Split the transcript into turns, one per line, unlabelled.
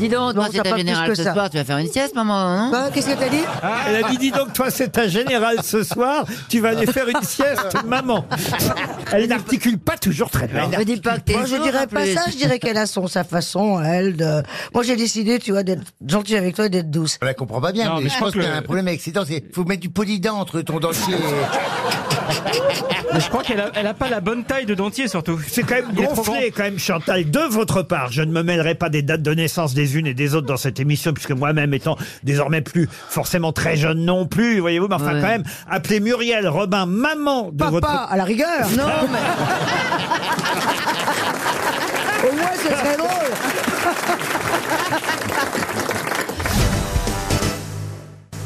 Dis donc, toi,
Non,
c'est
t'as
ta
pas
générale
plus que
ce
ça.
soir, tu vas faire une sieste, maman, non
Quoi Hein, Qu'est-ce que t'as dit
Ah, elle a dit, dis donc, toi, c'est ta générale ce soir, tu vas aller faire une sieste, maman. Elle n'articule pas toujours très bien.
Bah,
Ne dis pas que t'es
Moi, je
sourde, en
dirais pas
plus.
ça, je dirais qu'elle a son, sa façon, à elle, de... Moi, j'ai décidé, tu vois, d'être gentille avec toi et d'être douce.
On la comprend pas bien,
Non,
mais,
mais
Bah, je
je
pense
crois que
qu'il y a
le-
un problème avec ses dents. c'est- Faut mettre du polydent entre ton dentier et...
Mais je crois qu'elle a, elle a pas la bonne taille de dentier surtout.
C'est quand même
Il est trop
gonflé, quand même, Chantal, de votre part. Je ne me mêlerai pas des dates de naissance des unes et des autres dans cette émission, puisque moi-même étant désormais plus forcément très jeune non plus, voyez-vous, mais enfin
Ouais.
quand même, appelez Muriel Robin maman de
Papa,
votre...
à la rigueur Non, mais... Au moins, ce serait drôle